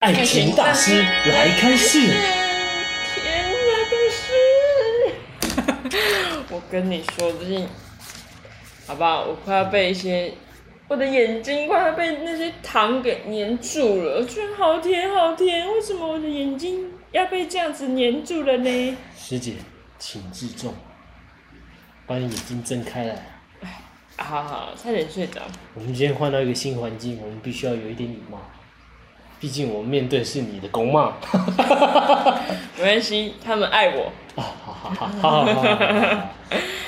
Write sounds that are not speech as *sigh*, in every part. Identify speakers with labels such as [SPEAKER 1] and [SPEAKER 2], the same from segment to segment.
[SPEAKER 1] 爱情大师来开
[SPEAKER 2] 天
[SPEAKER 1] 示，
[SPEAKER 2] 哪的事！我跟你说，最近，好不好？我快要被一些，我的眼睛快要被那些糖给粘住了，我觉得好甜好甜，为什么我的眼睛要被这样子粘住了呢？
[SPEAKER 1] 师姐，请自重，把你眼睛睁开来。
[SPEAKER 2] 啊，好好差点睡着。
[SPEAKER 1] 我们今天换到一个新环境，我们必须要有一点礼貌，毕竟我们面对是你的公骂。
[SPEAKER 2] 没关系，他们爱我。
[SPEAKER 1] 啊，好好好好好好好，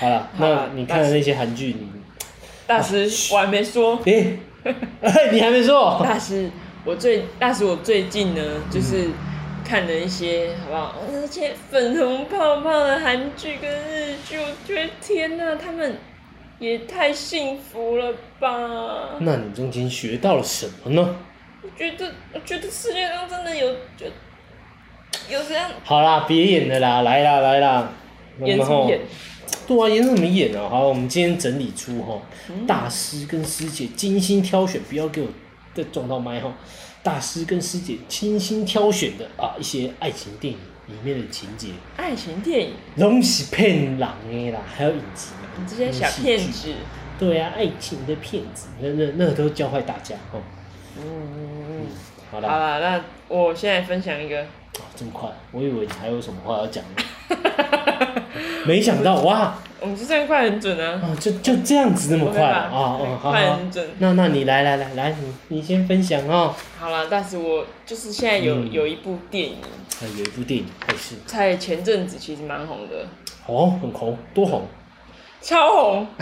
[SPEAKER 1] 好了，那你看的那些韩剧，你
[SPEAKER 2] 大师，我还没说。
[SPEAKER 1] 诶，你还没说，
[SPEAKER 2] *laughs* 大师，我最大师，我最近呢，就是看了一些，好不好？哦那些粉红泡泡的韩剧跟日剧，我觉得天哪，他们也太幸福了吧！
[SPEAKER 1] 那你中间学到了什么呢？
[SPEAKER 2] 我觉得，我觉得世界上真的有就有这样
[SPEAKER 1] 好啦，别演了啦，来啦来啦，我
[SPEAKER 2] 演
[SPEAKER 1] 们
[SPEAKER 2] 什么
[SPEAKER 1] 吼
[SPEAKER 2] 演，
[SPEAKER 1] 对啊，演什么演啊？好，我们今天整理出吼，
[SPEAKER 2] 嗯
[SPEAKER 1] 大师跟师姐精心挑选，不要给我再撞到麦吼。大师跟师姐精心挑选的啊一些爱情电影里面的情节，
[SPEAKER 2] 爱情电影，
[SPEAKER 1] 拢是骗人的啦，还有影集，啊
[SPEAKER 2] 你这些小骗子，
[SPEAKER 1] 对啊，爱情的骗子，那那那个都教坏大家哦。
[SPEAKER 2] 嗯，
[SPEAKER 1] 好
[SPEAKER 2] 好
[SPEAKER 1] 啦，啊、
[SPEAKER 2] 啦，那我现在分享一个，
[SPEAKER 1] 这么快，我以为你还有什么话要讲呢，
[SPEAKER 2] *laughs*
[SPEAKER 1] 没想到哇，
[SPEAKER 2] 我们这算快很准啊，
[SPEAKER 1] 啊，就就这样子那么快啊，哦哦，好
[SPEAKER 2] 快
[SPEAKER 1] 好
[SPEAKER 2] 很准。
[SPEAKER 1] 那那你来来来来，你你先分享哦。
[SPEAKER 2] 好了，但是我就是现在有、
[SPEAKER 1] 嗯
[SPEAKER 2] 有一部电影，
[SPEAKER 1] 啊，有一部电影还是
[SPEAKER 2] 在前阵子其实蛮红的，
[SPEAKER 1] 哦，很红，多红，
[SPEAKER 2] 超红， *laughs*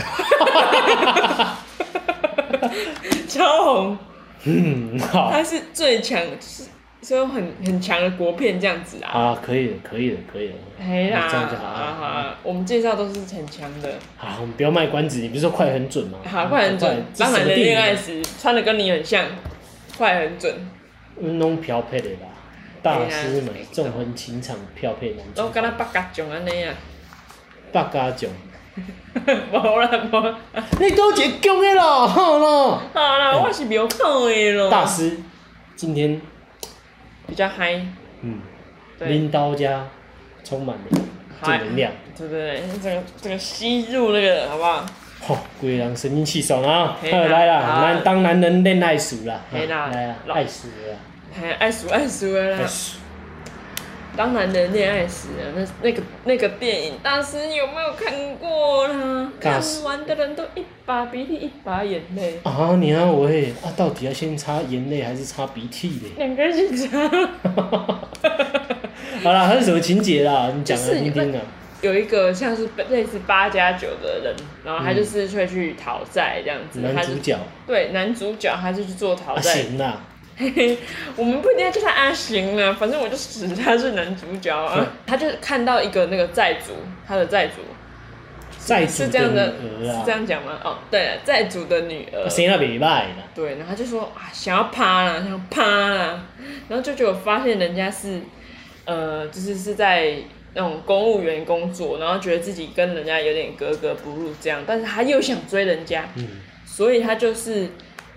[SPEAKER 2] 超红，
[SPEAKER 1] 嗯，好，
[SPEAKER 2] 它是最强，就是说很很强的国片这样子啊。
[SPEAKER 1] 啊，可以了，可以了，可以了。
[SPEAKER 2] 哎呀，
[SPEAKER 1] 这样就好
[SPEAKER 2] 啊哈，我们介绍都是很强的，
[SPEAKER 1] 好，我们不要卖关子，你不是说快很准吗？
[SPEAKER 2] 好快很准。
[SPEAKER 1] 这
[SPEAKER 2] 当
[SPEAKER 1] 什么
[SPEAKER 2] 然的
[SPEAKER 1] 电影
[SPEAKER 2] 恋
[SPEAKER 1] 啊
[SPEAKER 2] 爱时穿的跟你很像，快很准，
[SPEAKER 1] 嗯，拢漂配的啦，大
[SPEAKER 2] 哎
[SPEAKER 1] 师们纵横情场，漂配男
[SPEAKER 2] 都
[SPEAKER 1] 主
[SPEAKER 2] 跟
[SPEAKER 1] 角，
[SPEAKER 2] 他八嘎囧安 *laughs* 尼啊，
[SPEAKER 1] 八家将，
[SPEAKER 2] 无啦无啦，
[SPEAKER 1] 你都一个讲的咯，好咯。
[SPEAKER 2] 好啦，我是没有看的咯，
[SPEAKER 1] 哎大师，今天
[SPEAKER 2] 比较嗨，
[SPEAKER 1] 嗯，
[SPEAKER 2] 对。
[SPEAKER 1] 拎刀家充满了正能量，
[SPEAKER 2] 对不对？这个这个吸入那个好不好？
[SPEAKER 1] 吼，鬼人神清气爽啊！
[SPEAKER 2] 嘿啦
[SPEAKER 1] 好来啦，
[SPEAKER 2] 好
[SPEAKER 1] 男当男人恋爱史啦，啊
[SPEAKER 2] 嘿啦
[SPEAKER 1] 来啦，
[SPEAKER 2] 老嗯
[SPEAKER 1] 爱死了啦，
[SPEAKER 2] 还爱数爱数了
[SPEAKER 1] 爱
[SPEAKER 2] 啦！
[SPEAKER 1] 死。
[SPEAKER 2] 当然人恋爱死了，那那个那个电影，大师你有没有看过啦？
[SPEAKER 1] 大
[SPEAKER 2] 看
[SPEAKER 1] 师
[SPEAKER 2] 完的人都一把鼻涕一把眼泪，
[SPEAKER 1] 啊，你啊我也啊，到底要先擦眼泪还是擦鼻涕嘞？
[SPEAKER 2] 两个人去查。
[SPEAKER 1] *laughs* 好啦，它是什么情节啦？你讲
[SPEAKER 2] 就
[SPEAKER 1] 来
[SPEAKER 2] 是
[SPEAKER 1] 听听啊。
[SPEAKER 2] *laughs* 有一个像是类似八加九的人，然后他就是会去讨债这样子，
[SPEAKER 1] 嗯男
[SPEAKER 2] 他就
[SPEAKER 1] 主角
[SPEAKER 2] 对男主角他就去做讨
[SPEAKER 1] 啊，
[SPEAKER 2] 债。
[SPEAKER 1] 行啦，
[SPEAKER 2] *laughs* 我们不一定要叫他阿行啊，反正我就指他是男主角啊。他就看到一个那个债主，他的债主，
[SPEAKER 1] 债主
[SPEAKER 2] 是这样的，
[SPEAKER 1] 女儿
[SPEAKER 2] 是
[SPEAKER 1] 啊
[SPEAKER 2] 这，样讲吗？哦，对了，债主的女儿，
[SPEAKER 1] 谁那袂歹啦？
[SPEAKER 2] 对，然后他就说啊，想要趴啦，想要趴啦，然后就结果发现人家是，呃，就是是在那种公务员工作，然后觉得自己跟人家有点格格不入这样，但是他又想追人家，
[SPEAKER 1] 嗯，
[SPEAKER 2] 所以他就是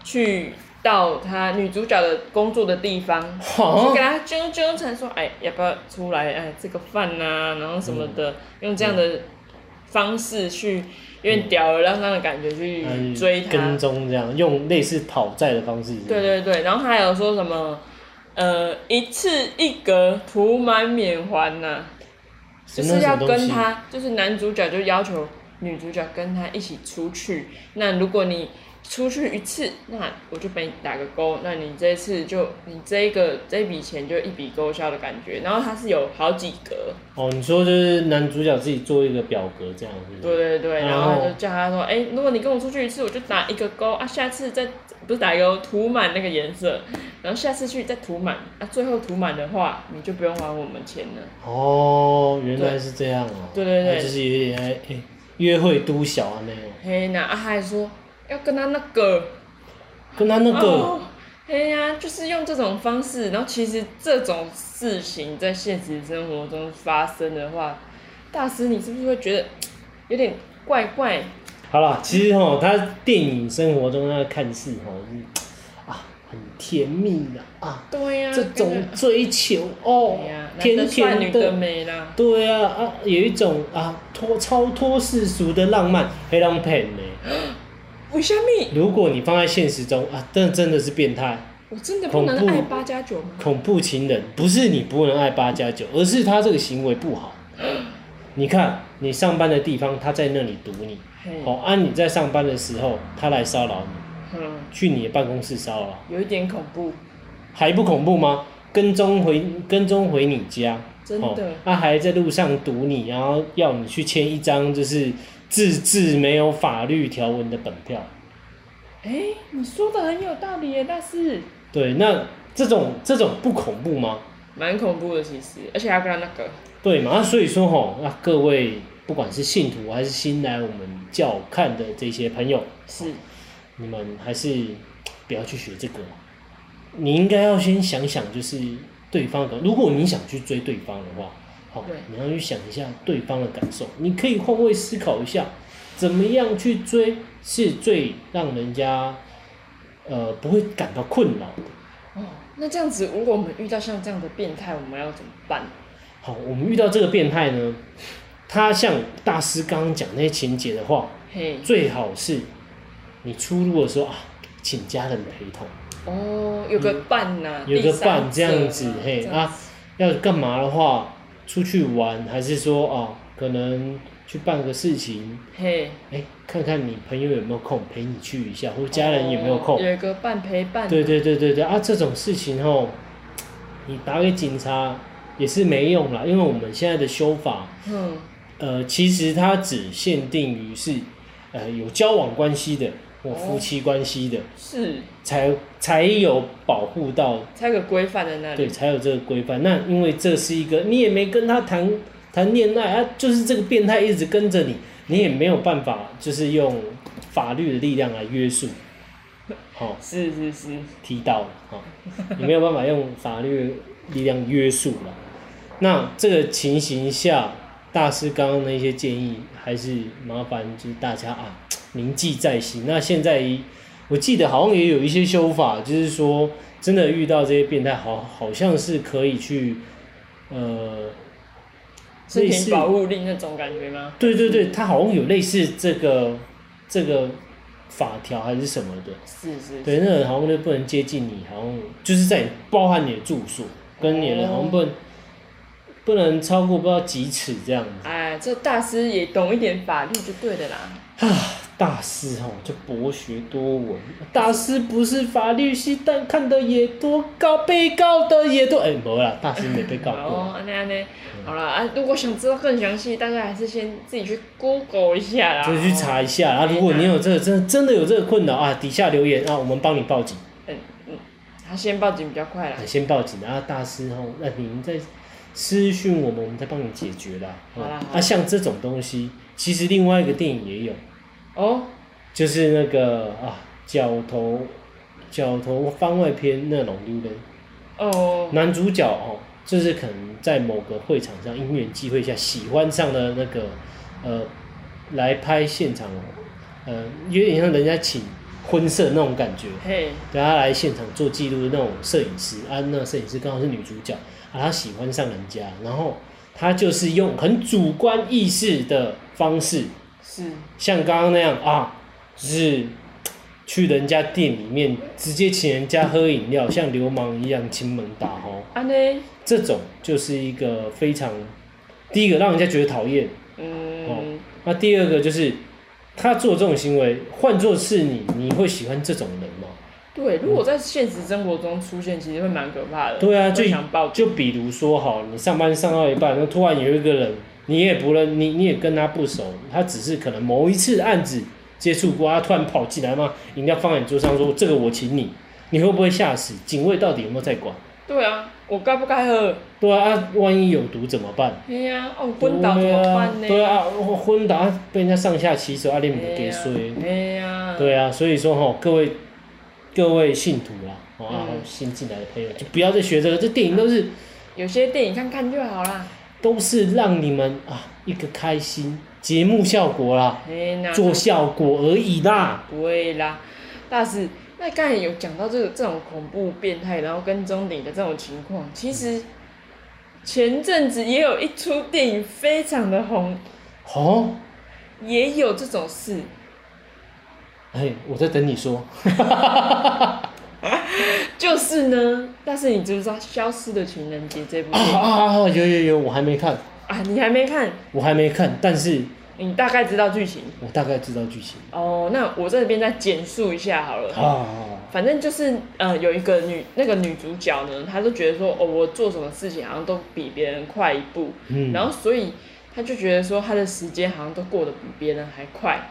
[SPEAKER 2] 去到他女主角的工作的地方， *laughs* 就
[SPEAKER 1] 好
[SPEAKER 2] 跟，他纠纠缠说，哎，要不要出来？哎，这个饭呐、然后什么的，用这样的方式去有点吊儿郎当的感觉去
[SPEAKER 1] 嗯
[SPEAKER 2] 追他。
[SPEAKER 1] 跟踪这样，用类似讨债的方式。
[SPEAKER 2] 对，对对，然后他还有说什么，呃，一次一格涂满缅环呐、就是要跟他，就是男主角就要求女主角跟他一起出去。那如果你出去一次，那我就帮你打个勾。那你这一次就你这一个这一笔钱就一笔勾销的感觉。然后它是有好几格，
[SPEAKER 1] 哦，你说就是男主角自己做一个表格这样，是不
[SPEAKER 2] 对
[SPEAKER 1] 是？
[SPEAKER 2] 对对。
[SPEAKER 1] 哦
[SPEAKER 2] 然后他就叫他说，哎、如果你跟我出去一次，我就打一个勾啊，下次再不是打一个勾，涂满那个颜色，然后下次去再涂满啊，最后涂满的话，你就不用还我们钱了。
[SPEAKER 1] 哦，原来是这样哦。
[SPEAKER 2] 对对对
[SPEAKER 1] 那就是有点哎、哎约会都小啊那种，
[SPEAKER 2] 嘿那啊，他还说要跟他那个。
[SPEAKER 1] 跟他那个
[SPEAKER 2] 哦，哎呀，就是用这种方式，然后其实这种事情在现实生活中发生的话，大师你是不是会觉得有点怪怪？
[SPEAKER 1] 好啦，其实哦，他电影生活中那个看似哦，就是啊，很甜蜜的啊，
[SPEAKER 2] 对呀、
[SPEAKER 1] 这种追求哦
[SPEAKER 2] 对哎呀，，男
[SPEAKER 1] 甜
[SPEAKER 2] 的帅，
[SPEAKER 1] 甜
[SPEAKER 2] 女的美啦，
[SPEAKER 1] 对啊啊，有一种啊脱超脱世俗的浪漫，黑浪片呢。
[SPEAKER 2] 为什么？
[SPEAKER 1] 如果你放在现实中啊，但真的是变态，
[SPEAKER 2] 我真的不能
[SPEAKER 1] 恐怖
[SPEAKER 2] 爱八加九吗？
[SPEAKER 1] 恐怖情人不是你不能爱八加九，而是他这个行为不好。你看，你上班的地方他在那里堵你，
[SPEAKER 2] 嘿
[SPEAKER 1] 哦，啊，你在上班的时候他来骚扰你，
[SPEAKER 2] 嗯，
[SPEAKER 1] 去你的办公室骚扰，
[SPEAKER 2] 有一点恐怖，
[SPEAKER 1] 还不恐怖吗？跟踪回跟踪回你家，
[SPEAKER 2] 真
[SPEAKER 1] 哦
[SPEAKER 2] 的，
[SPEAKER 1] 他、还在路上堵你，然后要你去签一张就是自治没有法律条文的本票。
[SPEAKER 2] 哎、你说的很有道理耶，大师，
[SPEAKER 1] 对，那这种这种不恐怖吗？
[SPEAKER 2] 蛮恐怖的其实，而且还跟他那个，
[SPEAKER 1] 对嘛？那所以说吼，那各位不管是信徒还是新来我们教看的这些朋友，
[SPEAKER 2] 是
[SPEAKER 1] 你们还是不要去学这个。你应该要先想想，就是对方的，如果你想去追对方的话，好、
[SPEAKER 2] 对
[SPEAKER 1] 你要去想一下对方的感受，你可以换位思考一下，怎么样去追是最让人家呃不会感到困扰的。
[SPEAKER 2] 哦，那这样子，如果我们遇到像这样的变态，我们要怎么办？
[SPEAKER 1] 好，我们遇到这个变态呢，他像大师刚刚讲那些情节的话，
[SPEAKER 2] 嘿，
[SPEAKER 1] 最好是你出入的时候啊，请家人陪同，
[SPEAKER 2] 哦，有个伴呐、
[SPEAKER 1] 有
[SPEAKER 2] 第
[SPEAKER 1] 个
[SPEAKER 2] 三
[SPEAKER 1] 伴
[SPEAKER 2] 者
[SPEAKER 1] 这样子
[SPEAKER 2] 啊，
[SPEAKER 1] 嘿
[SPEAKER 2] 这样
[SPEAKER 1] 啊，要干嘛的话，出去玩还是说啊，可能去办个事情，
[SPEAKER 2] 嘿，
[SPEAKER 1] 哎、看看你朋友有没有空陪你去一下，或家人有没有空，
[SPEAKER 2] 哦有一个伴陪伴，
[SPEAKER 1] 对，对对对对啊，这种事情哦，你打给警察也是没用啦，因为我们现在的修法。
[SPEAKER 2] 嗯，
[SPEAKER 1] 呃，其实它只限定于是，呃，有交往关系的或
[SPEAKER 2] 哦
[SPEAKER 1] 夫妻关系的，
[SPEAKER 2] 是，
[SPEAKER 1] 才才有保护到，
[SPEAKER 2] 才有个规范在那里，
[SPEAKER 1] 对，才有这个规范。那因为这是一个，你也没跟他谈谈恋爱啊，就是这个变态一直跟着你，你也没有办法，就是用法律的力量来约束。好、
[SPEAKER 2] 是是是，
[SPEAKER 1] 踢到了哈、哦，你没有办法用法律力量约束了。那这个情形下，大师刚刚的一些建议，还是麻烦就是大家啊铭记在心。那现在我记得好像也有一些修法，就是说真的遇到这些变态，好好像是可以去呃
[SPEAKER 2] 身
[SPEAKER 1] 类
[SPEAKER 2] 体
[SPEAKER 1] 似
[SPEAKER 2] 保护令那种感觉吗？
[SPEAKER 1] 对对对，它好像有类似这个这个法条还是什么的。
[SPEAKER 2] 是是，
[SPEAKER 1] 对，那个人好像就不能接近你，好像就是在你包含你的住所跟你的，好像不能、不能超过不知道几尺这样子。
[SPEAKER 2] 哎，这大师也懂一点法律就对的啦，
[SPEAKER 1] 大师哦，就博学多闻，大师不是法律系，但看的也多，告被告的也多。哎、没啦，大师没被告过。
[SPEAKER 2] 哦，那样呢，好了啊，如果想知道更详细，大家还是先自己去 Google 一下啦，
[SPEAKER 1] 就是去
[SPEAKER 2] 哦，
[SPEAKER 1] 查一下，啊！如果你有这个真真的有这个困扰啊，底下留言啊，我们帮你报警。
[SPEAKER 2] 嗯嗯，他先报警比较快啦
[SPEAKER 1] 啊，先报警啊，大师吼，那、你们再私讯我们，我们再帮你解决啦。
[SPEAKER 2] 好啦好啦
[SPEAKER 1] 啊，像这种东西，其实另外一个电影也有，
[SPEAKER 2] 哦，
[SPEAKER 1] 就是那个啊，角头角头番外篇那种溜人，
[SPEAKER 2] 哦，
[SPEAKER 1] 男主角哦，就是可能在某个会场上因缘际会下喜欢上了那个呃，来拍现场，呃，有点像人家请婚摄那种感觉。
[SPEAKER 2] 嘿，
[SPEAKER 1] 对他来现场做记录的那种摄影师，啊，那摄影师刚好是女主角，啊，她喜欢上人家，然后她就是用很主观意识的方式，
[SPEAKER 2] 是，
[SPEAKER 1] 像刚刚那样啊，就是去人家店里面直接请人家喝饮料，像流氓一样亲门打吼，
[SPEAKER 2] 安呢，
[SPEAKER 1] 这种就是一个非常第一个让人家觉得讨厌，
[SPEAKER 2] 嗯，
[SPEAKER 1] 那第二个就是他做这种行为，换做是你，你会喜欢这种人吗？
[SPEAKER 2] 对，如果在现实生活中出现，其实会蛮可怕的。
[SPEAKER 1] 对啊，就
[SPEAKER 2] 会想报警。
[SPEAKER 1] 就比如说好，你上班上到一半，那突然有一个人，你也不认，你你也跟他不熟，他只是可能某一次案子接触过，他突然跑进来嘛，饮料放在你桌上说这个我请你，你会不会吓死？警卫到底有没有在管？
[SPEAKER 2] 对啊，我该不该喝？
[SPEAKER 1] 对啊，啊万一有毒怎么办？
[SPEAKER 2] 哎呀、哦，昏倒怎
[SPEAKER 1] 对
[SPEAKER 2] 么
[SPEAKER 1] 啊
[SPEAKER 2] 办呢？
[SPEAKER 1] 对啊，昏倒啊被人家上下其手，啊阿你姆
[SPEAKER 2] 哎
[SPEAKER 1] 给
[SPEAKER 2] 呀，
[SPEAKER 1] 衰。
[SPEAKER 2] 哎呀，
[SPEAKER 1] 对啊，所以说哈，各位各位信徒啦，哦啊
[SPEAKER 2] 嗯
[SPEAKER 1] 新进来的朋友就不要再学这个，这电影都是。
[SPEAKER 2] 有些电影看看就好啦。
[SPEAKER 1] 都是让你们啊一个开心，节目效果啦，
[SPEAKER 2] 哎呀，
[SPEAKER 1] 做效果而已啦。
[SPEAKER 2] 对啦，大师，那那刚才有讲到这个这种恐怖变态，然后跟踪你的这种情况，其实前阵子也有一出电影非常的红，
[SPEAKER 1] 哦，
[SPEAKER 2] 也有这种事。
[SPEAKER 1] 哎，我在等你说。
[SPEAKER 2] 就是呢，但是你知不知道《消失的情人节》这部
[SPEAKER 1] 啊
[SPEAKER 2] 电
[SPEAKER 1] *laughs*
[SPEAKER 2] 影啊
[SPEAKER 1] 啊啊！有有有，我还没看，
[SPEAKER 2] 你还没看，
[SPEAKER 1] 我还没看，但是
[SPEAKER 2] 你大概知道剧情
[SPEAKER 1] 我大概知道剧情
[SPEAKER 2] 哦。那我这边再简述一下好了。
[SPEAKER 1] 啊。
[SPEAKER 2] 反正就是，呃，有一个女那个女主角呢，她就觉得说，哦，我做什么事情好像都比别人快一步，
[SPEAKER 1] 嗯，
[SPEAKER 2] 然后所以她就觉得说，她的时间好像都过得比别人还快。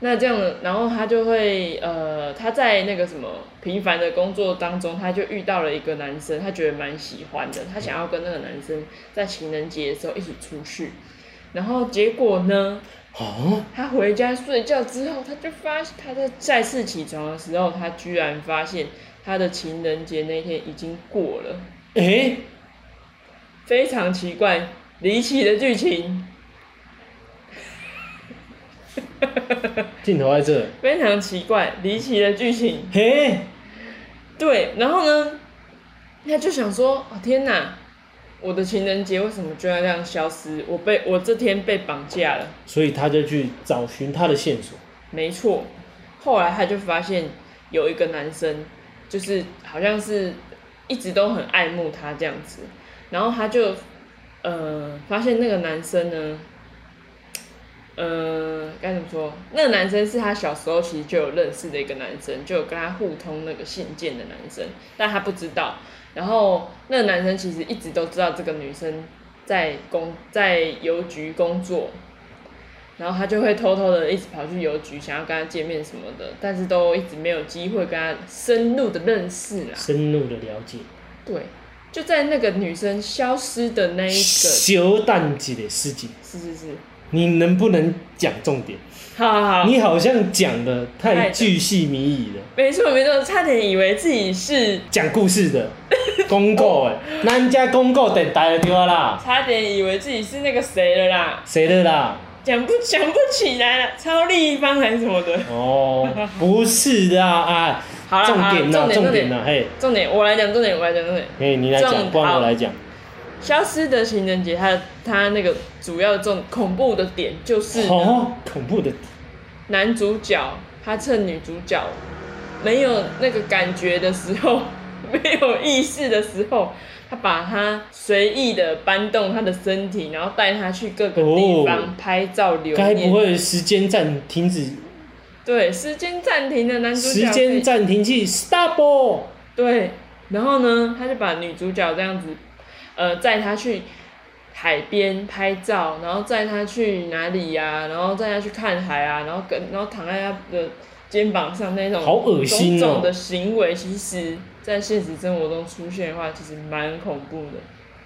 [SPEAKER 2] 那这样呢，然后她就会，呃，她在那个什么平凡的工作当中，她就遇到了一个男生，她觉得蛮喜欢的，她想要跟那个男生在情人节的时候一起出去。然后结果呢，
[SPEAKER 1] 啊，
[SPEAKER 2] 他回家睡觉之后，他就发他在再次起床的时候，他居然发现他的情人节那天已经过了，
[SPEAKER 1] 哎、
[SPEAKER 2] 非常奇怪，离奇的剧情，
[SPEAKER 1] 镜头在这，
[SPEAKER 2] 非常奇怪，离奇的剧情。
[SPEAKER 1] 嘿、
[SPEAKER 2] 对，然后呢，他就想说，哦天哪，我的情人节为什么就要这样消失？我被我这天被绑架了。
[SPEAKER 1] 所以他就去找寻他的线索。
[SPEAKER 2] 没错，后来他就发现有一个男生，就是好像是一直都很爱慕他这样子，然后他就呃发现那个男生呢，呃该怎么说？那个男生是他小时候其实就有认识的一个男生，就有跟他互通那个信件的男生，但他不知道。然后那个男生其实一直都知道这个女生在工在邮局工作，然后他就会偷偷的一直跑去邮局，想要跟他见面什么的，但是都一直没有机会跟他深入的认识啊啦。
[SPEAKER 1] 深入的了解，
[SPEAKER 2] 对，就在那个女生消失的那一个，是
[SPEAKER 1] 小蛋姐的事情，
[SPEAKER 2] 是是，
[SPEAKER 1] 你能不能讲重点？
[SPEAKER 2] 好好好，
[SPEAKER 1] 你好像讲的太
[SPEAKER 2] 啊太
[SPEAKER 1] 巨细靡遗了，
[SPEAKER 2] 没错没错，差点以为自己是，
[SPEAKER 1] 讲故事
[SPEAKER 2] *laughs*
[SPEAKER 1] 的公告哎，咱家公告等待就对了啦，
[SPEAKER 2] 差点以为自己是那个谁了啦，
[SPEAKER 1] 谁的啦？
[SPEAKER 2] 讲不讲不起来了，超立方还是什么的。 *laughs*
[SPEAKER 1] 哦，不是的啊，
[SPEAKER 2] 好啦
[SPEAKER 1] 重
[SPEAKER 2] 好啦
[SPEAKER 1] 点呐，
[SPEAKER 2] 重点
[SPEAKER 1] 重点
[SPEAKER 2] 重点啊
[SPEAKER 1] 呐，嘿，
[SPEAKER 2] 重点我来讲，重点我来讲，重点。
[SPEAKER 1] 嘿，你来讲，
[SPEAKER 2] 重
[SPEAKER 1] 不然我来讲，
[SPEAKER 2] 消失的情人节，它它那个主要重恐怖的点就是呢
[SPEAKER 1] 哦，恐怖的，
[SPEAKER 2] 男主角他趁女主角没有那个感觉的时候，没有意识的时候，他把她随意的搬动她的身体，然后带她去各个地
[SPEAKER 1] 哦
[SPEAKER 2] 方拍照留
[SPEAKER 1] 该
[SPEAKER 2] 念。
[SPEAKER 1] 不会时间暂停止，
[SPEAKER 2] 对，时间暂停的男主角
[SPEAKER 1] 时间暂停器 stop 哦
[SPEAKER 2] 对，然后呢，他就把女主角这样子，呃，载她去海边拍照，然后载她去哪里呀、然后载她去看海啊，然后跟然后躺在她的肩膀上那种
[SPEAKER 1] 好恶心哦
[SPEAKER 2] 种种的行为，其实在现实生活中出现的话，其实蛮恐怖的。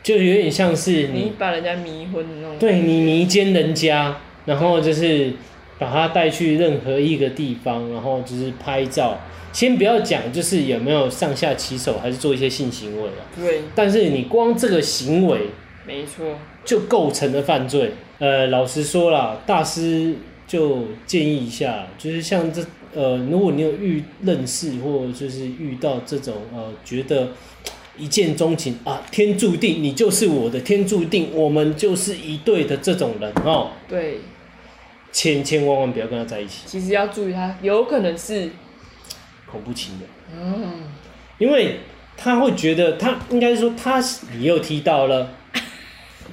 [SPEAKER 1] 就有点像是你
[SPEAKER 2] 你把人家迷昏的那种，
[SPEAKER 1] 嗯对你迷奸人家，然后就是把他带去任何一个地方，然后就是拍照。先不要讲，就是有没有上下其手，还是做一些性行为啊？
[SPEAKER 2] 对，
[SPEAKER 1] 但是你光这个行为
[SPEAKER 2] 没错，
[SPEAKER 1] 就构成了犯罪。呃，老实说啦，大师就建议一下，就是像这呃，如果你有遇认识或就是遇到这种呃，觉得一见钟情啊，天注定你就是我的，天注定我们就是一对的这种人哦，
[SPEAKER 2] 对，
[SPEAKER 1] 千千万万不要跟他在一起，
[SPEAKER 2] 其实要注意他，有可能是，
[SPEAKER 1] 恐怖情人，
[SPEAKER 2] 嗯，
[SPEAKER 1] 因为他会觉得他应该说他你又提到了。 *laughs*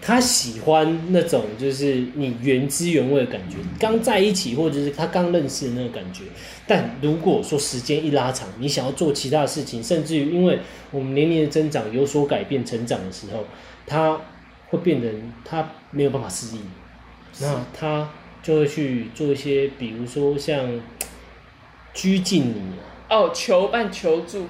[SPEAKER 1] 他喜欢那种就是你原汁原味的感觉，刚在一起或者是他刚认识的那个感觉。但如果说时间一拉长，你想要做其他的事情，甚至于因为我们年龄的增长有所改变、成长的时候，他会变成他没有办法适应，那他就会去做一些，比如说像拘禁你啊，
[SPEAKER 2] 哦，求伴求助，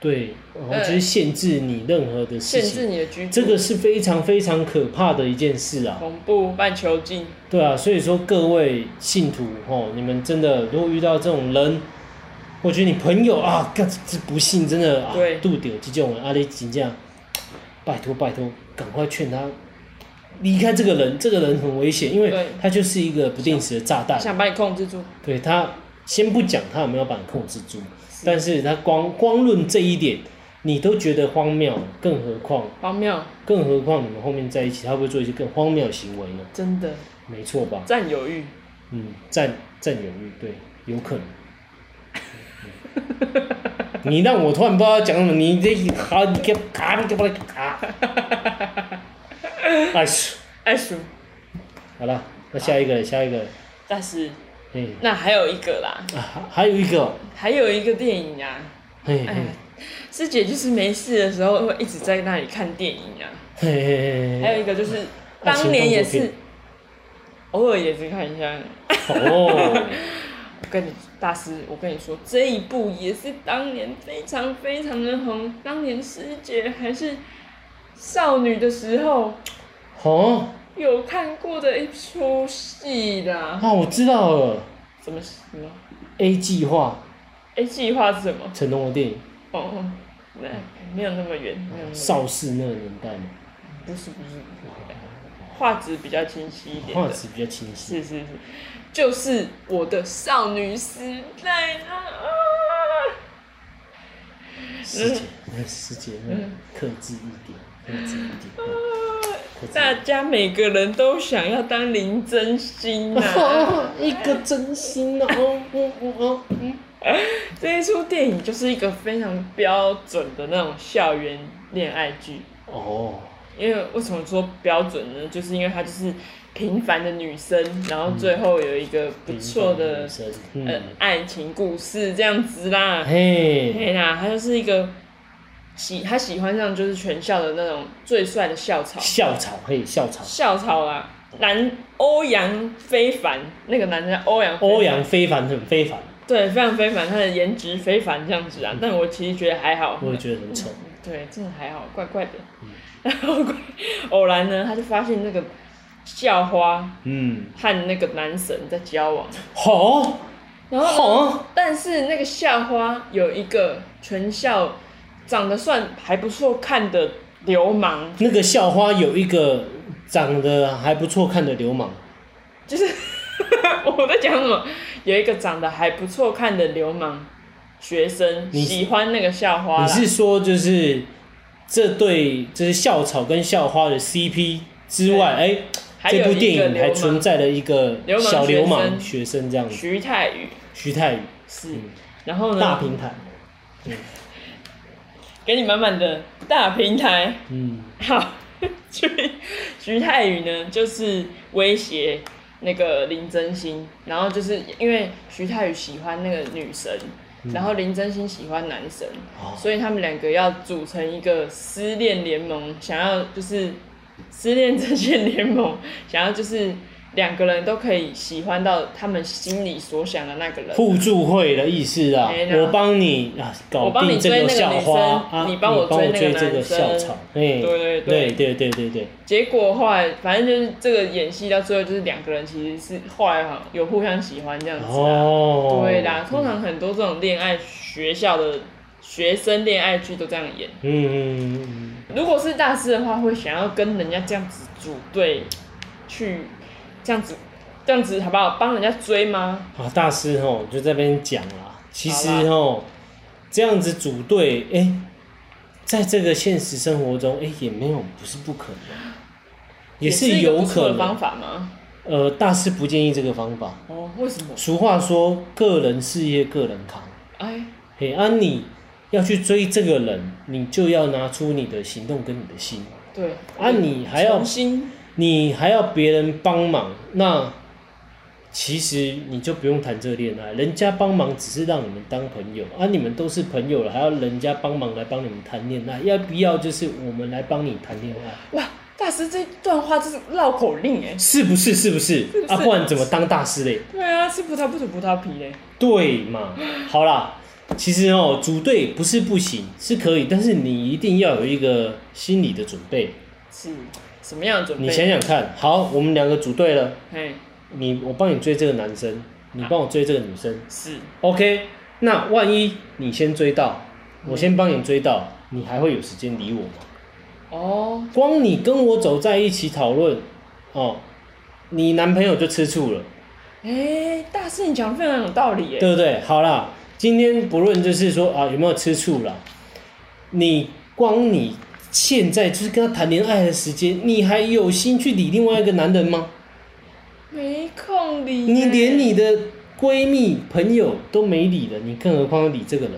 [SPEAKER 1] 对，然后
[SPEAKER 2] 嗯
[SPEAKER 1] 就是限制你任何的事
[SPEAKER 2] 限制
[SPEAKER 1] 情，
[SPEAKER 2] 你的哦居住。
[SPEAKER 1] 这个是非常非常可怕的一件事啊。
[SPEAKER 2] 恐怖半囚禁，
[SPEAKER 1] 对啊，所以说各位信徒吼，你们真的如果遇到这种人，我觉得你朋友啊，干这不幸真的啊
[SPEAKER 2] 对，
[SPEAKER 1] 度丢这种人，啊阿里请假，拜托拜托，赶快劝他离开这个人，这个人很危险，因为
[SPEAKER 2] 对
[SPEAKER 1] 他就是一个不定时的炸弹，
[SPEAKER 2] 想把你控制住。
[SPEAKER 1] 对他先不讲他有没有把你控制住，但是他光光论这一点，你都觉得荒谬，更何况
[SPEAKER 2] 荒谬，
[SPEAKER 1] 更何况你们后面在一起，他会不会做一些更荒谬的行为呢？
[SPEAKER 2] 真的
[SPEAKER 1] 没错吧？
[SPEAKER 2] 占有欲，
[SPEAKER 1] 嗯，占占有欲，对，有可能。嗯你让我突然不知道讲什么，你这好，你给卡，你给我卡。哎咻，
[SPEAKER 2] 爱鼠，
[SPEAKER 1] 好了，那下一个，下一个，
[SPEAKER 2] 但是
[SPEAKER 1] 嘿，
[SPEAKER 2] 那还有一个啦，
[SPEAKER 1] 啊，还还有一个哦，
[SPEAKER 2] 还有一个电影啊，
[SPEAKER 1] 嘿
[SPEAKER 2] 哎
[SPEAKER 1] 嘿
[SPEAKER 2] 呀，师姐就是没事的时候会一直在那里看电影啊。
[SPEAKER 1] 嘿嘿嘿
[SPEAKER 2] 还有
[SPEAKER 1] 嘿，
[SPEAKER 2] 一个就是
[SPEAKER 1] 爱
[SPEAKER 2] 当
[SPEAKER 1] 情
[SPEAKER 2] 年也
[SPEAKER 1] 动作
[SPEAKER 2] 是，偶尔也是看一下。
[SPEAKER 1] 哦，
[SPEAKER 2] 我跟你大师，我跟你说，这一部也是当年非常非常的红。当年师姐还是少女的时候，
[SPEAKER 1] 哦，
[SPEAKER 2] 有看过的一出戏啦。
[SPEAKER 1] 啊，我知道了
[SPEAKER 2] 什么什么？
[SPEAKER 1] ，A 计划，
[SPEAKER 2] 哎，计划是什么？
[SPEAKER 1] 成龙的电影，
[SPEAKER 2] 哦，哦那没有那么远，没有那么远
[SPEAKER 1] 邵氏那个年代嘛，
[SPEAKER 2] 不是不是，画质比较清晰一点
[SPEAKER 1] 画
[SPEAKER 2] 的。
[SPEAKER 1] 质比较清晰，
[SPEAKER 2] 是是是，就是我的少女时代啊！
[SPEAKER 1] 师姐，
[SPEAKER 2] 嗯
[SPEAKER 1] 那师姐，那克制一点，克制一点，嗯
[SPEAKER 2] 啊
[SPEAKER 1] 克制一
[SPEAKER 2] 大
[SPEAKER 1] 点。
[SPEAKER 2] 家每个人都想要当林真心啊！
[SPEAKER 1] *laughs* 哦，一个真心哦，哦哦哦，嗯
[SPEAKER 2] 这一出电影就是一个非常标准的那种校园恋爱剧。
[SPEAKER 1] 哦，
[SPEAKER 2] 因为为什么说标准呢？就是因为她就是平凡的女生，然后最后有一个不错的
[SPEAKER 1] 女、生，
[SPEAKER 2] 呃
[SPEAKER 1] 嗯，
[SPEAKER 2] 爱情故事这样子啦。
[SPEAKER 1] 嘿，
[SPEAKER 2] 对啦，他就是一个喜，他喜欢上就是全校的那种最帅的校草，
[SPEAKER 1] 校草，嘿，校草，
[SPEAKER 2] 校草啦，男欧阳非凡，那个男生叫欧阳非凡
[SPEAKER 1] 欧阳非凡很非凡，
[SPEAKER 2] 对，非常非凡，他的颜值非凡这样子啊，但我其实觉得还好，
[SPEAKER 1] 我也觉得很丑。
[SPEAKER 2] 对，真的还好，怪怪的。 *laughs* 然后怪偶然呢，他就发现那个校花
[SPEAKER 1] 嗯，
[SPEAKER 2] 和那个男神在交往，
[SPEAKER 1] 好，
[SPEAKER 2] 然后呢
[SPEAKER 1] 好，
[SPEAKER 2] 哦但是那个校花有一个全校长得算还不错看的流氓，
[SPEAKER 1] 那个校花有一个长得还不错看的流氓，
[SPEAKER 2] 就是 *laughs* 我在讲什么？有一个长得还不错看的流氓学生
[SPEAKER 1] 你
[SPEAKER 2] 喜欢那个校花
[SPEAKER 1] 你
[SPEAKER 2] 啦，
[SPEAKER 1] 是说就是这对就是校草跟校花的 CP 之外，哎、
[SPEAKER 2] 还
[SPEAKER 1] 这
[SPEAKER 2] 有
[SPEAKER 1] 部电
[SPEAKER 2] 一个
[SPEAKER 1] 影还
[SPEAKER 2] 流
[SPEAKER 1] 存
[SPEAKER 2] 氓
[SPEAKER 1] 在了一个
[SPEAKER 2] 流氓
[SPEAKER 1] 小流
[SPEAKER 2] 学
[SPEAKER 1] 氓
[SPEAKER 2] 生
[SPEAKER 1] 学生这样子，
[SPEAKER 2] 徐泰宇
[SPEAKER 1] 徐泰宇
[SPEAKER 2] 是
[SPEAKER 1] 嗯。
[SPEAKER 2] 然后
[SPEAKER 1] 大
[SPEAKER 2] 呢，
[SPEAKER 1] 平台，
[SPEAKER 2] 给你满满的大平台。
[SPEAKER 1] 嗯，
[SPEAKER 2] 好， *laughs* 徐徐泰宇呢，就是威胁那个林真心，然后就是因为徐泰宇喜欢那个女神，然后林真心喜欢男神，
[SPEAKER 1] 哦
[SPEAKER 2] 所以他们两个要组成一个失恋联盟，想要就是失恋这些联盟，想要就是两个人都可以喜欢到他们心里所想的那个人。
[SPEAKER 1] 互助会的意思啊
[SPEAKER 2] 哎，那
[SPEAKER 1] 我帮你啊搞
[SPEAKER 2] 我帮
[SPEAKER 1] 定
[SPEAKER 2] 你
[SPEAKER 1] 这
[SPEAKER 2] 追那个
[SPEAKER 1] 校花
[SPEAKER 2] 女生
[SPEAKER 1] 啊，
[SPEAKER 2] 你
[SPEAKER 1] 你
[SPEAKER 2] 帮我
[SPEAKER 1] 我
[SPEAKER 2] 追那个
[SPEAKER 1] 这个
[SPEAKER 2] 男生
[SPEAKER 1] 校草，哎，
[SPEAKER 2] 对
[SPEAKER 1] 对
[SPEAKER 2] 对对
[SPEAKER 1] 对对对对，
[SPEAKER 2] 结果后来，反正就是这个演戏到最后，就是两个人其实是后来好像有互相喜欢这样子、啊。
[SPEAKER 1] 哦，
[SPEAKER 2] 对啦，通常很多这种恋爱学校的学生恋爱剧都这样演。
[SPEAKER 1] 嗯，嗯嗯
[SPEAKER 2] 如果是大师的话，会想要跟人家这样子组队去这样子这样子好不好？帮人家追吗？
[SPEAKER 1] 嗯，啊，大师吼就这边讲啦，其实
[SPEAKER 2] 好啦
[SPEAKER 1] 吼这样子组队，哎、在这个现实生活中，哎、也没有不是不可能，也
[SPEAKER 2] 一
[SPEAKER 1] 是
[SPEAKER 2] 个
[SPEAKER 1] 有
[SPEAKER 2] 不错
[SPEAKER 1] 可
[SPEAKER 2] 的方
[SPEAKER 1] 能。
[SPEAKER 2] 法吗？
[SPEAKER 1] 呃，大师不建议这个方法。
[SPEAKER 2] 哦，为什么？
[SPEAKER 1] 俗话说，个人事业个人扛。
[SPEAKER 2] 哎，
[SPEAKER 1] 嘿，啊，你要去追这个人，你就要拿出你的行动跟你的心。
[SPEAKER 2] 对，
[SPEAKER 1] 啊，你还要
[SPEAKER 2] 重新
[SPEAKER 1] 你还要别人帮忙，那其实你就不用谈这个恋爱，人家帮忙只是让你们当朋友啊，你们都是朋友了，还要人家帮忙来帮你们谈恋爱，要不要就是我们来帮你谈恋爱？
[SPEAKER 2] 哇，大师这段话就是绕口令哎。
[SPEAKER 1] 是不是？是不是？
[SPEAKER 2] 不是
[SPEAKER 1] 啊，不然怎么当大师嘞？
[SPEAKER 2] 对啊，吃葡萄不吐葡萄皮嘞。欸
[SPEAKER 1] 对嘛？好啦，其实哦，组队不是不行，是可以，但是你一定要有一个心理的准备。
[SPEAKER 2] 是什么样的准备？
[SPEAKER 1] 你想想看，好，我们两个组队了，
[SPEAKER 2] 嘿，
[SPEAKER 1] 你我帮你追这个男生，你帮我追这个女生。
[SPEAKER 2] 是
[SPEAKER 1] OK，那万一你先追到，我先帮你追到，你还会有时间理我吗？
[SPEAKER 2] 哦，
[SPEAKER 1] 光你跟我走在一起讨论，哦，你男朋友就吃醋了，
[SPEAKER 2] 哎、大师你讲的非常有道理耶。
[SPEAKER 1] 对不对？好啦，今天不论就是说啊有没有吃醋啦，你光你现在就是跟他谈恋爱的时间，你还有心去理另外一个男人吗？
[SPEAKER 2] 没空理耶。
[SPEAKER 1] 你连你的闺蜜朋友都没理了，你更何况理这个人？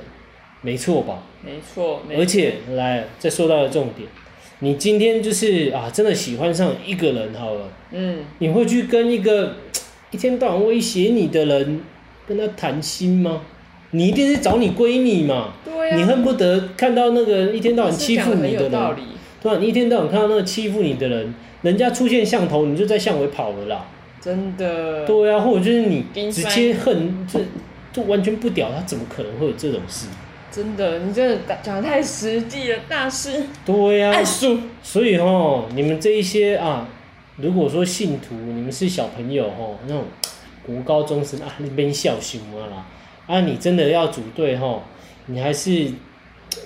[SPEAKER 1] 没错吧？
[SPEAKER 2] 没错，没错
[SPEAKER 1] 而且来再说到了重点，你今天就是啊，真的喜欢上一个人好了，
[SPEAKER 2] 嗯，
[SPEAKER 1] 你会去跟一个一天到晚威胁你的人跟他谈心吗？你一定是找你闺蜜嘛，
[SPEAKER 2] 对呀、
[SPEAKER 1] 你恨不得看到那个一天到晚
[SPEAKER 2] 是
[SPEAKER 1] 欺
[SPEAKER 2] 讲
[SPEAKER 1] 负
[SPEAKER 2] 得
[SPEAKER 1] 你
[SPEAKER 2] 很
[SPEAKER 1] 的
[SPEAKER 2] 有道
[SPEAKER 1] 人，
[SPEAKER 2] 理，
[SPEAKER 1] 对啊吧？你一天到晚看到那个欺负你的人，人家出现巷头，你就在巷尾跑了啦。
[SPEAKER 2] 真的。
[SPEAKER 1] 对啊，或者就是你
[SPEAKER 2] 冰
[SPEAKER 1] 直
[SPEAKER 2] 山
[SPEAKER 1] 接恨，就就完全不屌他，怎么可能会有这种事？
[SPEAKER 2] 真的，你真的讲得太实际了，大师哎
[SPEAKER 1] 对啊呀、
[SPEAKER 2] 爱数，
[SPEAKER 1] 所以吼，你们这一些啊，如果说信徒，你们是小朋友吼，那种国高中生啊，那边孝心啊啦，啊，你真的要组队吼，你还是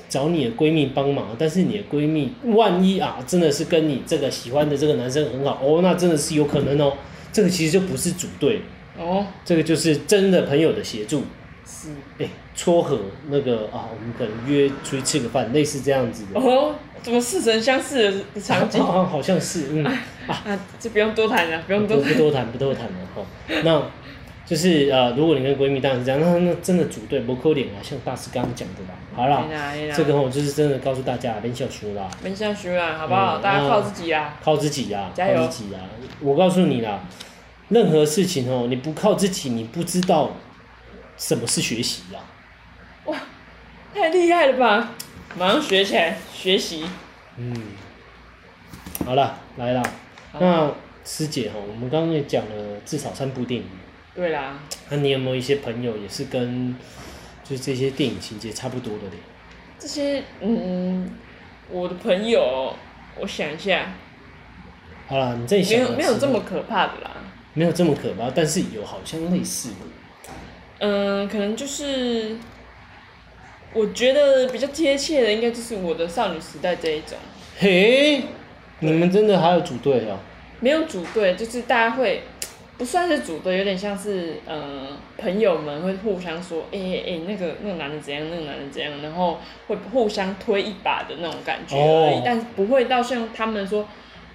[SPEAKER 1] 找你的闺蜜帮忙。但是你的闺蜜万一啊，真的是跟你这个喜欢的这个男生很好哦，那真的是有可能哦。这个其实就不是组队，
[SPEAKER 2] 哦，
[SPEAKER 1] 这个就是真的朋友的协助。
[SPEAKER 2] 是
[SPEAKER 1] 哎，撮合那个啊，我们可能约出去吃个饭，类似这样子的。
[SPEAKER 2] 哦，怎么似曾相识的场景
[SPEAKER 1] 啊，好像是，嗯。 *laughs*
[SPEAKER 2] 啊？这不用多谈了，不用
[SPEAKER 1] 不
[SPEAKER 2] 多
[SPEAKER 1] 不
[SPEAKER 2] 谈。
[SPEAKER 1] 多谈，不多谈了哈。那就是呃，如果你跟闺蜜当然是这样，那那真的组队不扣脸啊，像大师刚刚讲的啦。好啦，
[SPEAKER 2] 没啦没啦，
[SPEAKER 1] 这个我就是真的告诉大家，练小说啦，
[SPEAKER 2] 没下去啦，好不好？
[SPEAKER 1] 嗯
[SPEAKER 2] 大家
[SPEAKER 1] 那
[SPEAKER 2] 靠自己啦。
[SPEAKER 1] 靠自己啦，
[SPEAKER 2] 加油
[SPEAKER 1] 靠自己啦。我告诉你啦，任何事情哦，你不靠自己，你不知道什么是学习啦。
[SPEAKER 2] 太厉害了吧！马上学起来，学习。
[SPEAKER 1] 嗯，好了，来啦。
[SPEAKER 2] 好
[SPEAKER 1] 那师姐哈，我们刚刚也讲了至少三部电影。
[SPEAKER 2] 对啦，
[SPEAKER 1] 那你有没有一些朋友也是跟就是这些电影情节差不多的嘞？
[SPEAKER 2] 这些嗯，我的朋友，我想一下，
[SPEAKER 1] 好啦，你在
[SPEAKER 2] 没
[SPEAKER 1] 想
[SPEAKER 2] 有
[SPEAKER 1] 的
[SPEAKER 2] 没有
[SPEAKER 1] 时
[SPEAKER 2] 这
[SPEAKER 1] 候
[SPEAKER 2] 么可怕的啦。
[SPEAKER 1] 没有这么可怕，但是有好像类似的，
[SPEAKER 2] 嗯，可能就是我觉得比较贴切的，应该就是我的少女时代这一种，
[SPEAKER 1] 嘿，你们真的还有组队哦、
[SPEAKER 2] 没有组队，就是大家会。不算是组队，有点像是呃，朋友们会互相说，哎哎哎，那个那个男的怎样，那个男的怎样，然后会互相推一把的那种感觉而已
[SPEAKER 1] 哦
[SPEAKER 2] 但是不会到像他们说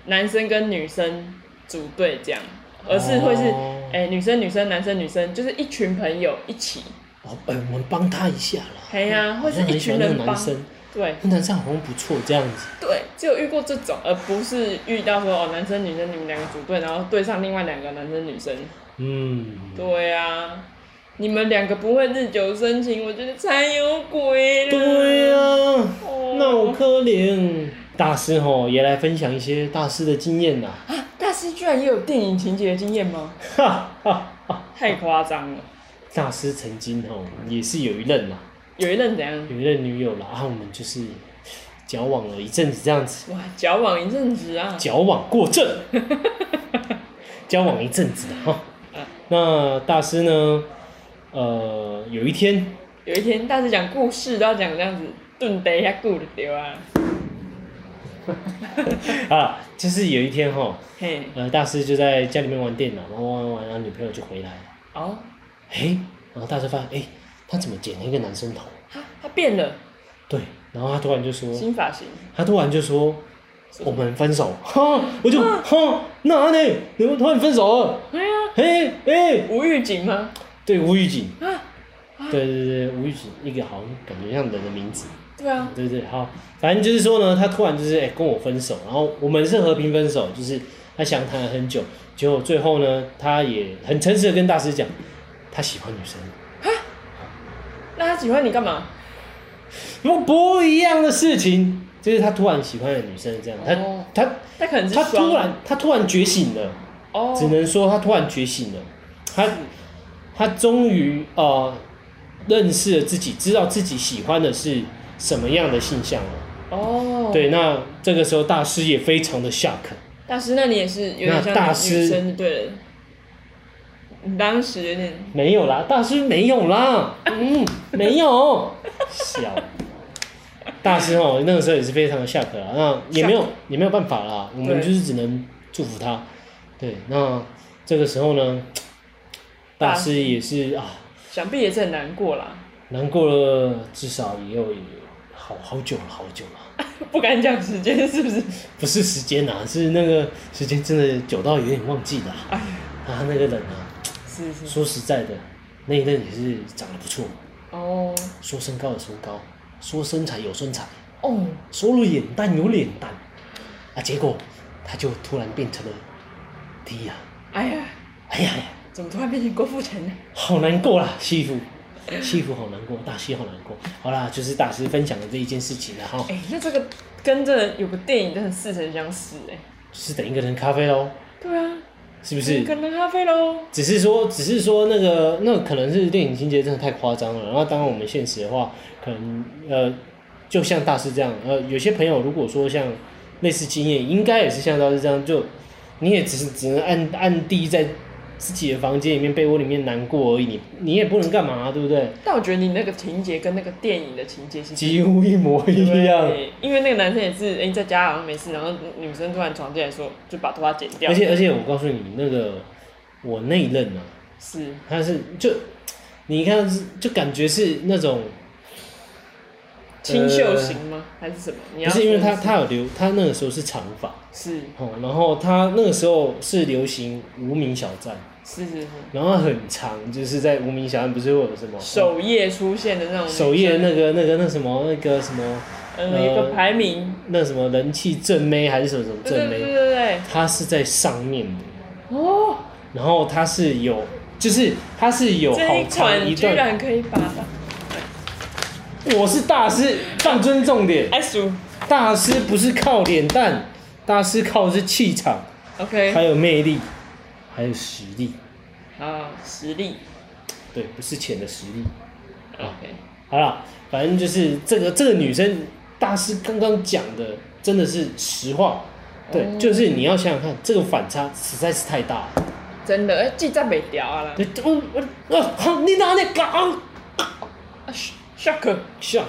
[SPEAKER 2] 男生跟女生组队这样，而是会是哎、
[SPEAKER 1] 哦
[SPEAKER 2] 女生女生男生女生，就是一群朋友一起，
[SPEAKER 1] 哦，哎、我们帮他一下啦。
[SPEAKER 2] 哎呀、
[SPEAKER 1] 好
[SPEAKER 2] 或是
[SPEAKER 1] 像
[SPEAKER 2] 一
[SPEAKER 1] 很喜
[SPEAKER 2] 群
[SPEAKER 1] 欢那
[SPEAKER 2] 人
[SPEAKER 1] 个
[SPEAKER 2] 帮
[SPEAKER 1] 男，生，
[SPEAKER 2] 对
[SPEAKER 1] 那男生好像不错，这样子。
[SPEAKER 2] 对，只有遇过这种，而不是遇到说哦男生女生你们两个组队，然后对上另外两个男生女生。
[SPEAKER 1] 嗯，
[SPEAKER 2] 对啊，你们两个不会日久生情，我觉得才有鬼了。
[SPEAKER 1] 对呀、啊，
[SPEAKER 2] 哦
[SPEAKER 1] 那我可怜。大师吼也来分享一些大师的经验呐，
[SPEAKER 2] 啊，大师居然也有电影情节的经验吗？
[SPEAKER 1] 哈哈哈。
[SPEAKER 2] 太夸张了。
[SPEAKER 1] 大师曾经吼也是有一任啦，
[SPEAKER 2] 有一任怎样？
[SPEAKER 1] 有一任女友啦，啊，我们就是交往了一阵子这样子，
[SPEAKER 2] 哇，矫枉一阵子啊！
[SPEAKER 1] 矫枉过正，交往一阵子了哈。那大师呢？呃，有一天，
[SPEAKER 2] 有一天大师讲故事都要讲这样子，顿得一下故的对啊。
[SPEAKER 1] 啊，就是有一天哈，
[SPEAKER 2] 嘿，
[SPEAKER 1] 呃，大师就在家里面玩电脑，玩玩玩，然后女朋友就回来了，
[SPEAKER 2] 哦，
[SPEAKER 1] 哎、然后大师发现，哎、他怎么剪了一个男生头？
[SPEAKER 2] 他他变了，
[SPEAKER 1] 对，然后他突然就说，
[SPEAKER 2] 新发型。
[SPEAKER 1] 他突然就说，我们分手，哈，我就哈，那呢？你们突然分手了？
[SPEAKER 2] 哎呀，
[SPEAKER 1] 哎、哎、
[SPEAKER 2] 吴玉景吗？
[SPEAKER 1] 对，吴玉景，
[SPEAKER 2] 啊，
[SPEAKER 1] 对对对，吴玉景，一个好像感觉像人的名字。
[SPEAKER 2] 对啊，
[SPEAKER 1] 对对，好，反正就是说呢，他突然就是哎、跟我分手，然后我们是和平分手，就是他想谈了很久，结果最后呢，他也很诚实的跟大师讲，他喜欢女生，
[SPEAKER 2] 那他喜欢你干嘛？
[SPEAKER 1] 不不一样的事情，就是他突然喜欢了女生这样，他、
[SPEAKER 2] 哦
[SPEAKER 1] 他
[SPEAKER 2] 他可能是
[SPEAKER 1] 他
[SPEAKER 2] 双
[SPEAKER 1] 突然他突然觉醒了，
[SPEAKER 2] 哦，
[SPEAKER 1] 只能说他突然觉醒了，他他终于呃认识了自己，知道自己喜欢的是什么样的性向了。
[SPEAKER 2] 哦，
[SPEAKER 1] 对，那这个时候大师也非常的 shock。
[SPEAKER 2] 大师，那你也是有点像
[SPEAKER 1] 那大师
[SPEAKER 2] 女生就对了。你当时有点
[SPEAKER 1] 没有啦，大师没有啦，嗯，没有，小大师哦，那个时候也是非常的 shock 啦，那也没有也没有办法啦，我们
[SPEAKER 2] 对
[SPEAKER 1] 就是只能祝福他。对，那这个时候呢，大师也是啊，
[SPEAKER 2] 想必也是很难过啦， *laughs*
[SPEAKER 1] 难过了至少也有好好久了，好久了， *laughs*
[SPEAKER 2] 不敢讲时间是不 *laughs* 是？
[SPEAKER 1] 不是时间呐、啊，是那个时间真的久到有点忘记了啊、
[SPEAKER 2] 哎，
[SPEAKER 1] 啊，那个人啊，
[SPEAKER 2] 是是
[SPEAKER 1] 说实在的，那一任也是长得不错，
[SPEAKER 2] 哦
[SPEAKER 1] 说身高有身高，说身材有身材，
[SPEAKER 2] 哦，
[SPEAKER 1] 说了脸蛋有脸蛋，啊，结果他就突然变成了低呀、
[SPEAKER 2] 哎呀，
[SPEAKER 1] 哎呀呀，
[SPEAKER 2] 怎么突然变成郭富城呢？
[SPEAKER 1] 好难过啦，西服，西服好难过，大西好难过。好啦，就是大师分享的这一件事情啊了哈，
[SPEAKER 2] 哎、那这个跟这有个电影真的似曾相识哎、
[SPEAKER 1] 就是等一个人咖啡喽，
[SPEAKER 2] 对啊，
[SPEAKER 1] 是不是？
[SPEAKER 2] 可能咖啡喽，
[SPEAKER 1] 只是说，只是说那个那可能是电影情节真的太夸张了。然后当然我们现实的话，可能呃，就像大师这样，呃，有些朋友如果说像类似经验，应该也是像大师这样，就你也只是只能暗暗地在自己的房间里面被窝里面难过而已，你你也不能干嘛、对不对？
[SPEAKER 2] 但我觉得你那个情节跟那个电影的情节其实
[SPEAKER 1] 几乎一模一样。
[SPEAKER 2] 对，因为那个男生也是，哎、在家好像没事，然后女生突然闯进来说，就把头发剪掉，
[SPEAKER 1] 而且而且我告诉你，那个我那一任啊，
[SPEAKER 2] 是
[SPEAKER 1] 他是就你一看是就感觉是那种
[SPEAKER 2] 清秀型吗？还是什么？你
[SPEAKER 1] 呃不
[SPEAKER 2] 要
[SPEAKER 1] 是因为
[SPEAKER 2] 说
[SPEAKER 1] 他他有留，他那个时候是长发，
[SPEAKER 2] 是
[SPEAKER 1] 哦，然后他那个时候是流行无名小站，
[SPEAKER 2] 是是是
[SPEAKER 1] 然后很长，就是在无名小站不是会有什么哦
[SPEAKER 2] 首页出现的那种
[SPEAKER 1] 首页那个那个那什么那个什么
[SPEAKER 2] 呃一个排名，
[SPEAKER 1] 那什么人气正妹还是什么什么
[SPEAKER 2] 对对
[SPEAKER 1] 正
[SPEAKER 2] 对对
[SPEAKER 1] 妹，
[SPEAKER 2] 对对，
[SPEAKER 1] 他是在上面的，
[SPEAKER 2] 哦，
[SPEAKER 1] 然后他是有就是他是有
[SPEAKER 2] 这
[SPEAKER 1] 好
[SPEAKER 2] 一
[SPEAKER 1] 长
[SPEAKER 2] 款
[SPEAKER 1] 一
[SPEAKER 2] 居
[SPEAKER 1] 段，
[SPEAKER 2] 然可以把它
[SPEAKER 1] 我是大师，放尊重点，
[SPEAKER 2] S 五
[SPEAKER 1] 大师不是靠脸蛋，大师靠的是气场，还
[SPEAKER 2] OK
[SPEAKER 1] 有魅力，还有实力，
[SPEAKER 2] 啊实力
[SPEAKER 1] 对，不是钱的实力。啊
[SPEAKER 2] OK
[SPEAKER 1] 好啦，反正就是这个这个女生大师刚刚讲的真的是实话，对，
[SPEAKER 2] 哦
[SPEAKER 1] 就是你要想想看，这个反差实在是太大了。
[SPEAKER 2] 真的哎记在北调啊啦
[SPEAKER 1] 对，我我啊，好你哪里搞
[SPEAKER 2] 啊，sh-，shock
[SPEAKER 1] shock？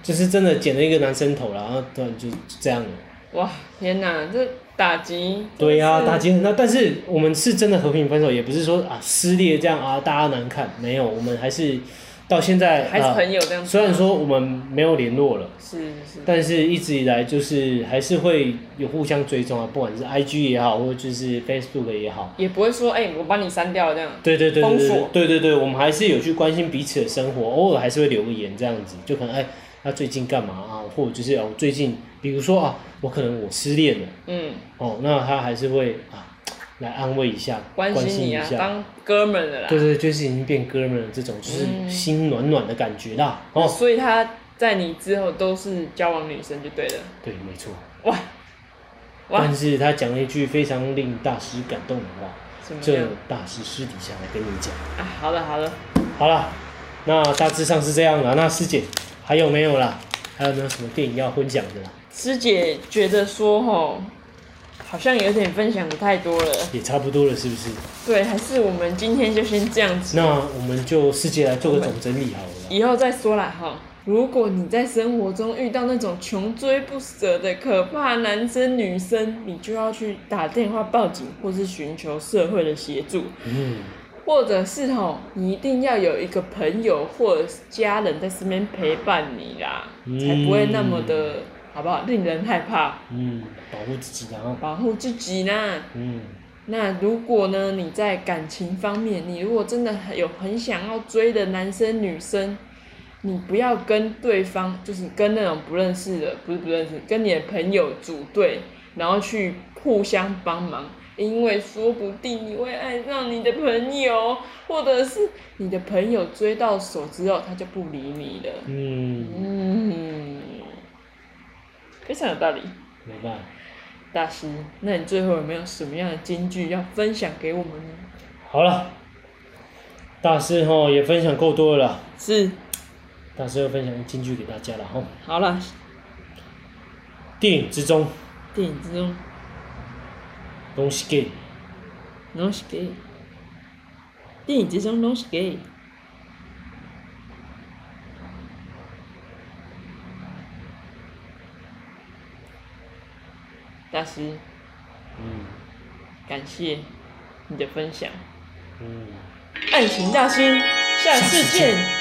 [SPEAKER 1] 就是真的剪了一个男生头啦，然后突然就这样了。
[SPEAKER 2] 哇天哪这打击
[SPEAKER 1] 对呀、
[SPEAKER 2] 真的
[SPEAKER 1] 打
[SPEAKER 2] 是
[SPEAKER 1] 击很大，但是我们是真的和平分手，也不是说啊撕裂这样啊大家难看，没有，我们还是到现在
[SPEAKER 2] 还是
[SPEAKER 1] 啊
[SPEAKER 2] 朋友这样子，
[SPEAKER 1] 虽然说我们没有联络了。
[SPEAKER 2] 是是
[SPEAKER 1] 但是一直以来就是还是会有互相追踪啊，不管是 IG 也好，或者就是 Facebook 也好，
[SPEAKER 2] 也不会说哎我把你删掉了这样，
[SPEAKER 1] 对对对对
[SPEAKER 2] 封
[SPEAKER 1] 对
[SPEAKER 2] 锁
[SPEAKER 1] 对对对，我们还是有去关心彼此的生活，偶尔还是会留个言这样子，就可能哎，他最近干嘛啊，或者就是哦，我最近比如说啊，我可能我失恋了
[SPEAKER 2] 嗯
[SPEAKER 1] 哦，那他还是会啊来安慰一下，
[SPEAKER 2] 关
[SPEAKER 1] 心
[SPEAKER 2] 心你
[SPEAKER 1] 一
[SPEAKER 2] 啊
[SPEAKER 1] 下。
[SPEAKER 2] 当哥们了啦
[SPEAKER 1] 对对，就是已经变哥们了，这种就是
[SPEAKER 2] 嗯
[SPEAKER 1] 心暖暖的感觉啦。哦，
[SPEAKER 2] 所以他在你之后都是交往女生就对了。
[SPEAKER 1] 对，没错。
[SPEAKER 2] 哇哇
[SPEAKER 1] 但，是他讲了一句非常令大师感动的话，
[SPEAKER 2] 怎么
[SPEAKER 1] 这
[SPEAKER 2] 样
[SPEAKER 1] 大师私底下来跟你讲。
[SPEAKER 2] 啊？好了好了，
[SPEAKER 1] 好了，那大致上是这样了。那师姐还有没有啦？还有没有什么电影要分享的啦？
[SPEAKER 2] 师姐觉得说吼，好像有点分享的太多了，
[SPEAKER 1] 也差不多了，是不是？
[SPEAKER 2] 对，还是我们今天就先这样子，
[SPEAKER 1] 那我们就师姐来做个总整理好了啦。
[SPEAKER 2] 以后再说啦哈。如果你在生活中遇到那种穷追不舍的可怕男生女生，你就要去打电话报警，或是寻求社会的协助。
[SPEAKER 1] 嗯，
[SPEAKER 2] 或者是吼，你一定要有一个朋友或者是家人在身边陪伴你啦，
[SPEAKER 1] 嗯
[SPEAKER 2] 才不会那么的好不好，令人害怕。
[SPEAKER 1] 嗯，保护自己啊。
[SPEAKER 2] 保护自己呢。
[SPEAKER 1] 嗯，
[SPEAKER 2] 那如果呢，你在感情方面，你如果真的很有很想要追的男生女生，你不要跟对方，就是跟那种不认识的，不是不认识，跟你的朋友组队，然后去互相帮忙，因为说不定你会爱上你的朋友，或者是你的朋友追到手之后，他就不理你了。
[SPEAKER 1] 嗯，
[SPEAKER 2] 嗯，非常有道理。
[SPEAKER 1] 没办法。
[SPEAKER 2] 大师，那你最后有没有什么样的金句要分享给我们呢？
[SPEAKER 1] 好了，大师吼也分享够多了啦，
[SPEAKER 2] 是，
[SPEAKER 1] 大师又分享金句给大家了吼。
[SPEAKER 2] 好了，
[SPEAKER 1] 电影之中
[SPEAKER 2] 电影之中，
[SPEAKER 1] 东西给
[SPEAKER 2] 拢是 gay，电影之中拢是 gay。大师，
[SPEAKER 1] 嗯
[SPEAKER 2] 感谢你的分享。
[SPEAKER 1] 嗯，
[SPEAKER 2] 爱情大师，下次见。